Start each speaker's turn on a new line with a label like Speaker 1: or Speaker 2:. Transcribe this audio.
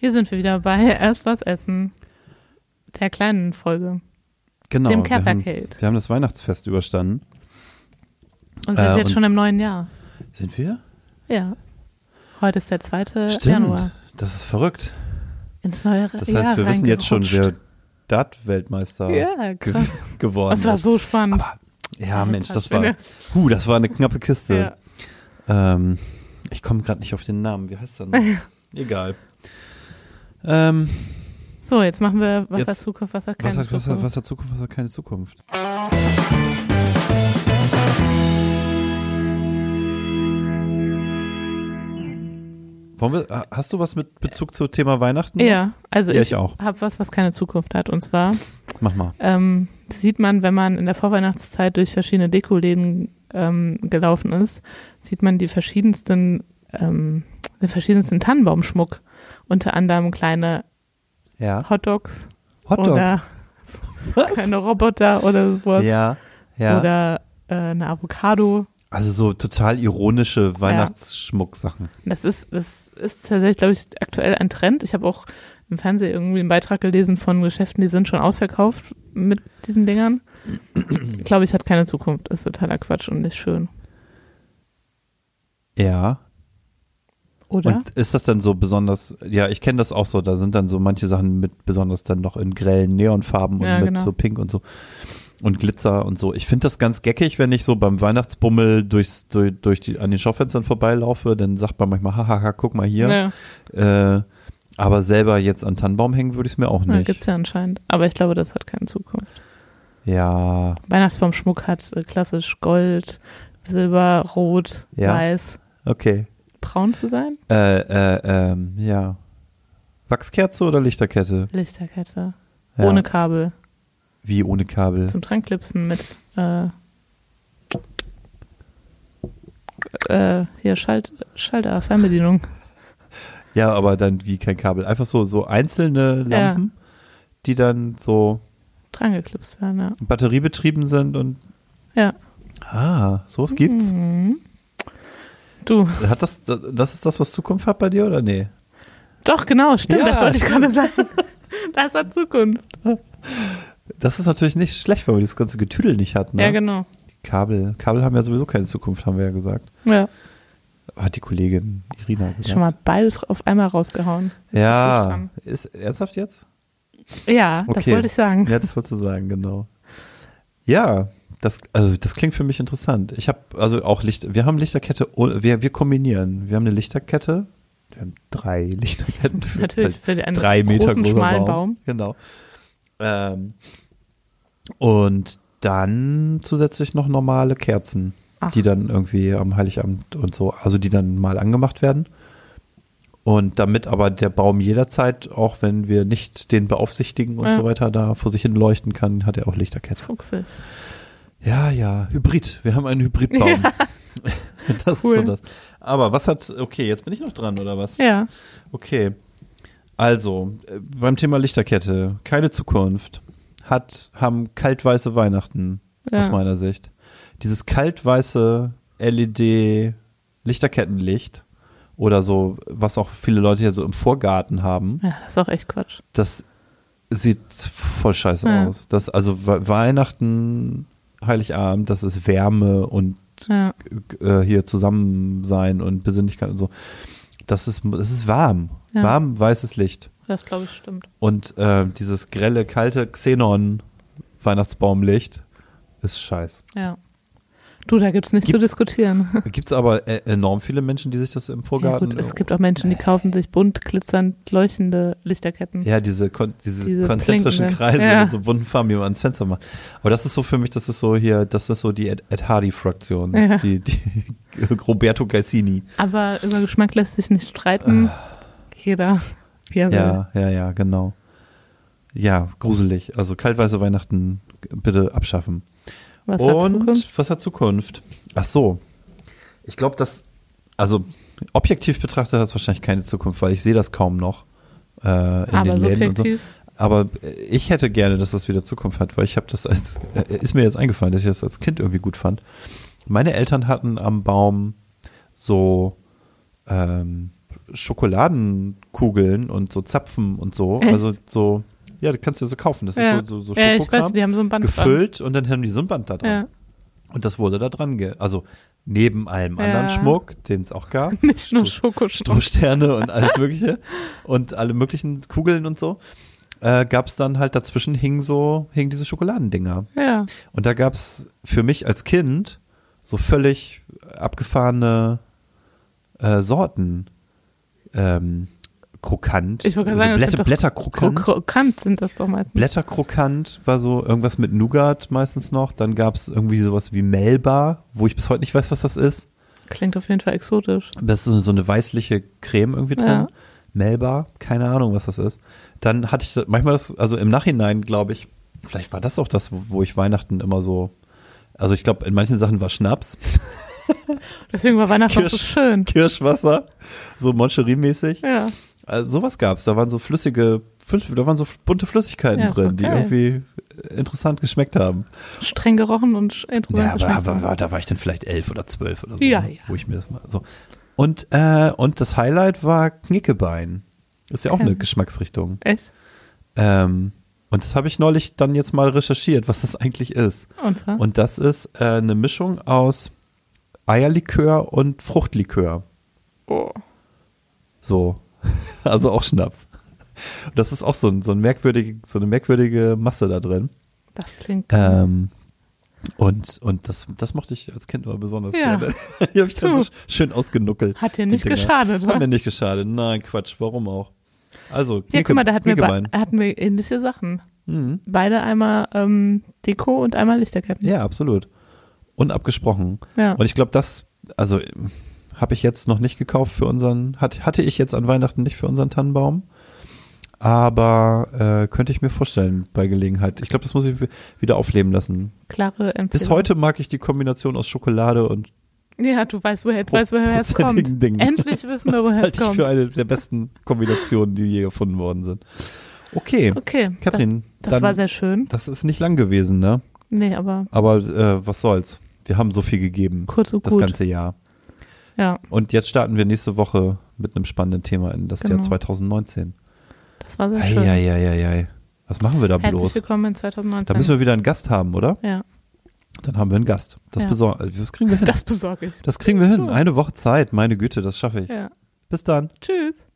Speaker 1: Hier sind wir wieder bei Erst was essen. Der kleinen Folge.
Speaker 2: Genau.
Speaker 1: Dem
Speaker 2: wir, haben,
Speaker 1: Care-Paket.
Speaker 2: wir haben das Weihnachtsfest überstanden.
Speaker 1: Und sind
Speaker 2: Äh,
Speaker 1: jetzt
Speaker 2: und-
Speaker 1: schon im neuen Jahr.
Speaker 2: Sind wir?
Speaker 1: Ja. Heute ist der 2.
Speaker 2: Stimmt.
Speaker 1: Äh, Januar.
Speaker 2: Das ist verrückt.
Speaker 1: Ins neue
Speaker 2: Das
Speaker 1: Jahr
Speaker 2: heißt, wir wissen jetzt schon, wer
Speaker 1: reingerutscht.
Speaker 2: DAT-Weltmeister
Speaker 1: Ja,
Speaker 2: ge
Speaker 1: krass.
Speaker 2: geworden
Speaker 1: Das war
Speaker 2: ist.
Speaker 1: so spannend.
Speaker 2: Aber, ja, Mensch, das
Speaker 1: Schöne.
Speaker 2: war, huh, das war eine knappe Kiste.
Speaker 1: ja.
Speaker 2: Ähm, ich komme gerade nicht auf den Namen. Wie heißt er denn? Egal. Ähm,
Speaker 1: So, jetzt machen wir Wasser
Speaker 2: Jetzt-
Speaker 1: Zukunft, Wasser
Speaker 2: was,
Speaker 1: keine
Speaker 2: hat, was, hat,
Speaker 1: Zukunft.
Speaker 2: was hat Zukunft, was hat keine Zukunft? Wollen wir, ha- hast du was mit Bezug zum Thema Weihnachten?
Speaker 1: Ja, also
Speaker 2: Ja,
Speaker 1: ich,
Speaker 2: ich auch.
Speaker 1: habe was, was keine Zukunft hat. Und zwar
Speaker 2: Mach mal.
Speaker 1: ähm, sieht man, wenn man in der Vorweihnachtszeit durch verschiedene Dekoläden ähm, gelaufen ist, sieht man die verschiedensten, ähm, den verschiedensten Tannenbaumschmuck. Unter anderem kleine
Speaker 2: Ja.
Speaker 1: Hotdogs
Speaker 2: Hot Dogs.
Speaker 1: oder kleine Roboter oder sowas.
Speaker 2: Ja, ja.
Speaker 1: Oder äh, eine Avocado.
Speaker 2: also so total ironische Weihnachtsschmucksachen.
Speaker 1: Das ist, das ist tatsächlich, glaube ich, aktuell ein Trend. Ich habe auch im Fernsehen irgendwie einen Beitrag gelesen von Geschäften, die sind schon ausverkauft mit diesen Dingern. glaube ich, hat keine Zukunft. Ist totaler Quatsch und nicht schön.
Speaker 2: Ja.
Speaker 1: Oder?
Speaker 2: Und ist das dann so besonders, ja, ich kenne das auch so, da sind dann so manche Sachen mit besonders dann noch in grellen Neonfarben und
Speaker 1: Ja,
Speaker 2: mit
Speaker 1: genau.
Speaker 2: so Pink und so und Glitzer und so. Ich finde das ganz geckig, wenn ich so beim Weihnachtsbummel durchs, durch, durch die, an den Schaufenstern vorbeilaufe, dann sagt man manchmal, hahaha, guck mal hier.
Speaker 1: Naja,
Speaker 2: Äh, aber selber jetzt an Tannenbaum hängen würde ich es mir auch
Speaker 1: na,
Speaker 2: nicht.
Speaker 1: gibt's ja anscheinend. Aber ich glaube, das hat keine Zukunft.
Speaker 2: ja,
Speaker 1: Weihnachtsbaumschmuck hat äh, klassisch Gold, Silber, Rot,
Speaker 2: Ja.
Speaker 1: Weiß,
Speaker 2: okay.
Speaker 1: Braun zu sein?
Speaker 2: Äh, äh, ähm, ja. Wachskerze oder Lichterkette?
Speaker 1: Lichterkette.
Speaker 2: Ja.
Speaker 1: Ohne Kabel.
Speaker 2: Wie ohne Kabel?
Speaker 1: Zum Dranklipsen mit äh, äh, hier Schalt, Schalter, Fernbedienung.
Speaker 2: Ja, aber dann wie kein Kabel. Einfach so, so einzelne
Speaker 1: Ja.
Speaker 2: Lampen, die dann so
Speaker 1: Drangeklipst werden, ja.
Speaker 2: batteriebetrieben sind und.
Speaker 1: Ja.
Speaker 2: Ah, sowas gibt's.
Speaker 1: Mhm. Du,
Speaker 2: Hat das, das ist das, was Zukunft hat bei dir oder nee?
Speaker 1: doch, genau, stimmt,
Speaker 2: Ja,
Speaker 1: das wollte ich gerade sagen. Das hat Zukunft.
Speaker 2: Das ist natürlich nicht schlecht, weil wir das ganze Getüdel nicht hatten. Ne?
Speaker 1: Ja, genau.
Speaker 2: Kabel. Kabel haben ja sowieso keine Zukunft, haben wir ja gesagt.
Speaker 1: Ja,
Speaker 2: Hat die Kollegin Irina gesagt.
Speaker 1: schon mal beides auf einmal rausgehauen. Ist was gut
Speaker 2: ja.
Speaker 1: dran.
Speaker 2: Ist ernsthaft jetzt?
Speaker 1: Ja, das
Speaker 2: Okay.
Speaker 1: wollte ich sagen.
Speaker 2: Ja, das wolltest du sagen, genau. Ja, das, also das klingt für mich interessant. Ich habe also auch Licht, wir haben Lichterkette, oh- wir, wir kombinieren. Wir haben eine Lichterkette, wir haben drei Lichterketten für
Speaker 1: Natürlich, für den
Speaker 2: drei Meter
Speaker 1: großen,
Speaker 2: großen
Speaker 1: schmalen
Speaker 2: Baum.
Speaker 1: Baum.
Speaker 2: Genau. Ähm, und dann zusätzlich noch normale Kerzen,
Speaker 1: Ach.
Speaker 2: die dann irgendwie am Heiligabend und so, also die dann mal angemacht werden. Und damit aber der Baum jederzeit, auch wenn wir nicht den beaufsichtigen und
Speaker 1: Ja.
Speaker 2: so weiter, da vor sich hin leuchten kann, hat er auch Lichterkette.
Speaker 1: Fuchsig.
Speaker 2: Ja, ja, Hybrid. Wir haben einen Hybridbaum. das
Speaker 1: Cool.
Speaker 2: ist so das. Aber was hat, okay, jetzt bin ich noch dran, oder was?
Speaker 1: Ja,
Speaker 2: Okay. Also, äh, beim Thema Lichterkette, keine Zukunft. Hat, haben kaltweiße Weihnachten,
Speaker 1: Ja.
Speaker 2: aus meiner Sicht. Dieses kaltweiße LED-Lichterkettenlicht oder so, was auch viele Leute hier so im Vorgarten haben,
Speaker 1: ja, das ist auch echt Quatsch.
Speaker 2: das sieht voll scheiße
Speaker 1: Ja.
Speaker 2: aus. Das, also We- Weihnachten, Heiligabend, das ist Wärme und
Speaker 1: Ja,
Speaker 2: äh, hier zusammen sein und Besinnlichkeit und so. Das ist, es ist warm.
Speaker 1: Ja.
Speaker 2: Warm, weißes Licht.
Speaker 1: das glaube ich stimmt.
Speaker 2: Und äh, dieses grelle, kalte Xenon-Weihnachtsbaumlicht ist scheiß.
Speaker 1: Ja. Du, da gibt's nichts zu
Speaker 2: Gibt's-
Speaker 1: diskutieren.
Speaker 2: Gibt es aber äh, enorm viele Menschen, die sich das im
Speaker 1: Ja,
Speaker 2: Vorgarten.
Speaker 1: gut, es gibt auch Menschen, die kaufen sich bunt glitzernd leuchtende Lichterketten.
Speaker 2: Ja, diese, kon diese,
Speaker 1: Diese
Speaker 2: konzentrischen
Speaker 1: blinkenden,
Speaker 2: Kreise
Speaker 1: ja.
Speaker 2: mit so bunten Farben, die man ans Fenster macht. Aber das ist so für mich, das ist so hier, das ist so die Ed, Ed Hardy-Fraktion.
Speaker 1: Ja.
Speaker 2: Die, die Roberto Cassini.
Speaker 1: Aber über Geschmack lässt sich nicht streiten. Jeder, wie er will.
Speaker 2: Ah. Ja, ja, ja, genau. Ja, gruselig. Also kaltweiße Weihnachten bitte abschaffen.
Speaker 1: Was hat
Speaker 2: Und
Speaker 1: Zukunft?
Speaker 2: was hat Zukunft? Ach so. Ich glaube, das, also objektiv betrachtet hat es wahrscheinlich keine Zukunft, weil ich sehe das kaum noch äh, in
Speaker 1: Aber
Speaker 2: den Läden und so.
Speaker 1: subjektiv.
Speaker 2: Aber äh, ich hätte gerne, dass das wieder Zukunft hat, weil ich habe das als, äh, ist mir jetzt eingefallen, dass ich das als Kind irgendwie gut fand. Meine Eltern hatten am Baum so ähm, Schokoladenkugeln und so Zapfen und so.
Speaker 1: Echt?
Speaker 2: Also so, ja, das kannst du so kaufen. Das
Speaker 1: ja.
Speaker 2: ist so, so, so
Speaker 1: ja, ich weiß,
Speaker 2: Schokokram
Speaker 1: die haben so ein Band
Speaker 2: gefüllt Ah. und dann haben die so ein Band da dran.
Speaker 1: Dran.
Speaker 2: Und das wurde da dran, ge also neben allem
Speaker 1: Ja.
Speaker 2: anderen Schmuck, den es auch gab,
Speaker 1: Ja, nicht nur
Speaker 2: Sto-
Speaker 1: Schokostrom.
Speaker 2: Strohsterne und alles mögliche und alle möglichen Kugeln und so, äh, gab es dann halt dazwischen hingen so, hingen diese Schokoladendinger.
Speaker 1: Ja,
Speaker 2: Und da gab es für mich als Kind so völlig abgefahrene äh, Sorten. Ähm, krokant.
Speaker 1: Ich wollte gerade
Speaker 2: Also
Speaker 1: sagen, das sind
Speaker 2: Blätter,
Speaker 1: doch
Speaker 2: Blätterkrokant.
Speaker 1: krokant sind das doch meistens.
Speaker 2: Blätterkrokant war so irgendwas mit Nougat meistens noch. Dann gab es irgendwie sowas wie Melba, wo ich bis heute nicht weiß, was das ist.
Speaker 1: Klingt auf jeden Fall exotisch.
Speaker 2: Das ist so so eine weißliche Creme irgendwie drin.
Speaker 1: Ja.
Speaker 2: Melba, keine Ahnung, was das ist. Dann hatte ich da- manchmal das, also im Nachhinein glaube ich, vielleicht war das auch das, wo- wo ich Weihnachten immer so, also ich glaube, in manchen Sachen war Schnaps,
Speaker 1: Deswegen war Weihnachten auch so
Speaker 2: Kirsch-
Speaker 1: schön.
Speaker 2: Kirschwasser, so Moncherie-mäßig.
Speaker 1: Ja,
Speaker 2: Also sowas gab's. Da waren so flüssige, fl- da waren so bunte Flüssigkeiten
Speaker 1: Ja, ist
Speaker 2: drin,
Speaker 1: doch
Speaker 2: die
Speaker 1: geil.
Speaker 2: irgendwie äh, interessant geschmeckt haben.
Speaker 1: streng gerochen und sch- interessant
Speaker 2: Ja, aber,
Speaker 1: geschmeckt.
Speaker 2: aber, aber da war ich dann vielleicht elf oder zwölf oder so,
Speaker 1: Ja,
Speaker 2: ne?
Speaker 1: ja.
Speaker 2: wo ich mir das mal so. Und, äh, und das Highlight war Knickebein. Ist ja auch eine
Speaker 1: Kenn-
Speaker 2: Geschmacksrichtung.
Speaker 1: Echt?
Speaker 2: Ähm, und das habe ich neulich dann jetzt mal recherchiert, was das eigentlich ist.
Speaker 1: Und zwar?
Speaker 2: Und das ist äh, eine Mischung aus Eierlikör und Fruchtlikör.
Speaker 1: oh.
Speaker 2: So. Also auch Schnaps. Und Das ist auch so, ein, so, ein merkwürdige, so eine merkwürdige Masse da drin.
Speaker 1: Das klingt. Mhm.
Speaker 2: Ähm, und und das, das mochte ich als Kind immer besonders
Speaker 1: Ja.
Speaker 2: gerne. Die habe ich dann
Speaker 1: Du.
Speaker 2: so schön ausgenuckelt.
Speaker 1: Hat dir
Speaker 2: die
Speaker 1: nicht
Speaker 2: Dinger.
Speaker 1: geschadet,
Speaker 2: Hat
Speaker 1: oder?
Speaker 2: mir nicht geschadet. Nein, Quatsch. Warum auch? Also,
Speaker 1: ja, guck mal, da hatten wir,
Speaker 2: Knickebein.
Speaker 1: be- hatten wir ähnliche Sachen.
Speaker 2: Mhm.
Speaker 1: Beide einmal ähm, Deko und einmal Lichterketten.
Speaker 2: Ja, absolut. Unabgesprochen.
Speaker 1: Ja.
Speaker 2: Und ich glaube, das, also habe ich jetzt noch nicht gekauft für unseren, hat, hatte ich jetzt an Weihnachten nicht für unseren Tannenbaum. Aber äh, könnte ich mir vorstellen bei Gelegenheit. Ich glaube, das muss ich w- wieder aufleben lassen.
Speaker 1: Klare Empfehlung.
Speaker 2: Bis heute mag ich die Kombination aus Schokolade und
Speaker 1: Ja, du weißt, woher, jetzt weißt, woher es
Speaker 2: Prozentigen
Speaker 1: kommt.
Speaker 2: Oh, Dingen.
Speaker 1: Endlich wissen wir, woher es
Speaker 2: halte ich für
Speaker 1: kommt.
Speaker 2: eine der besten Kombinationen, die je gefunden worden sind. Okay,
Speaker 1: Okay.
Speaker 2: Katrin,
Speaker 1: Das, das
Speaker 2: dann,
Speaker 1: war sehr schön.
Speaker 2: das ist nicht lang gewesen, ne?
Speaker 1: Nee, aber
Speaker 2: Aber äh, was soll's. Wir haben so viel gegeben
Speaker 1: kurz und
Speaker 2: das
Speaker 1: gut.
Speaker 2: ganze Jahr.
Speaker 1: Ja,
Speaker 2: Und jetzt starten wir nächste Woche mit einem spannenden Thema in das Jahr
Speaker 1: Genau.
Speaker 2: 2019.
Speaker 1: das war sehr schön.
Speaker 2: Eieieiei. Was machen wir da
Speaker 1: Herzlich
Speaker 2: bloß?
Speaker 1: willkommen in 2019.
Speaker 2: Da müssen wir wieder einen Gast haben, oder?
Speaker 1: ja,
Speaker 2: Dann haben wir einen Gast. Das,
Speaker 1: Ja.
Speaker 2: besor- also, das kriegen wir hin.
Speaker 1: das
Speaker 2: Das,
Speaker 1: besorge ich.
Speaker 2: kriegen wir hin. Eine Woche Zeit. Meine Güte, das schaffe ich.
Speaker 1: Ja.
Speaker 2: Bis dann.
Speaker 1: Tschüss.